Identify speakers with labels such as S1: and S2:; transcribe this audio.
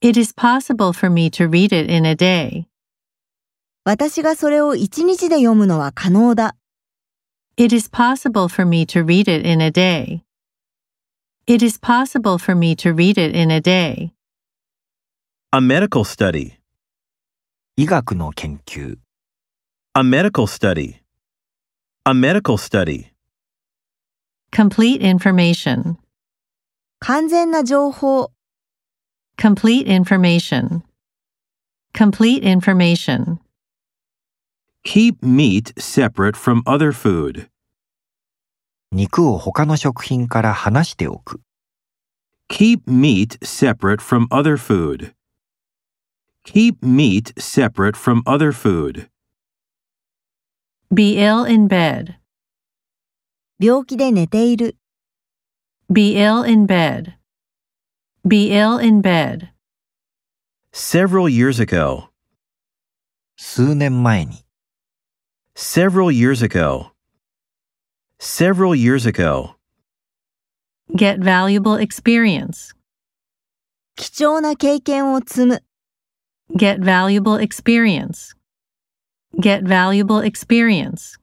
S1: It is possible for me to read it in a day.
S2: 私がそれを一日で読むのは可能だ。
S1: It is possible for me to read it in a day. It is possible for me to read it in a day.
S3: A medical study.
S4: 医学の研究、
S3: A medical study. A medical study.
S1: Complete information.
S2: 完全な情報、
S1: Complete information. Complete information.
S3: Keep meat separate from other food.
S4: 肉を他の食品から離しておく、
S3: Keep meat separate from other food. Keep meat separate from other food.
S1: Be ill in bed.
S2: 病気で寝ている。
S1: Be ill in bed. Be ill in bed.
S3: Several years ago.
S4: 数年前に、
S3: Several years ago. Several years ago.
S1: Get valuable experience.
S2: 貴重な経験を積む。
S1: Get valuable experience. Get valuable experience.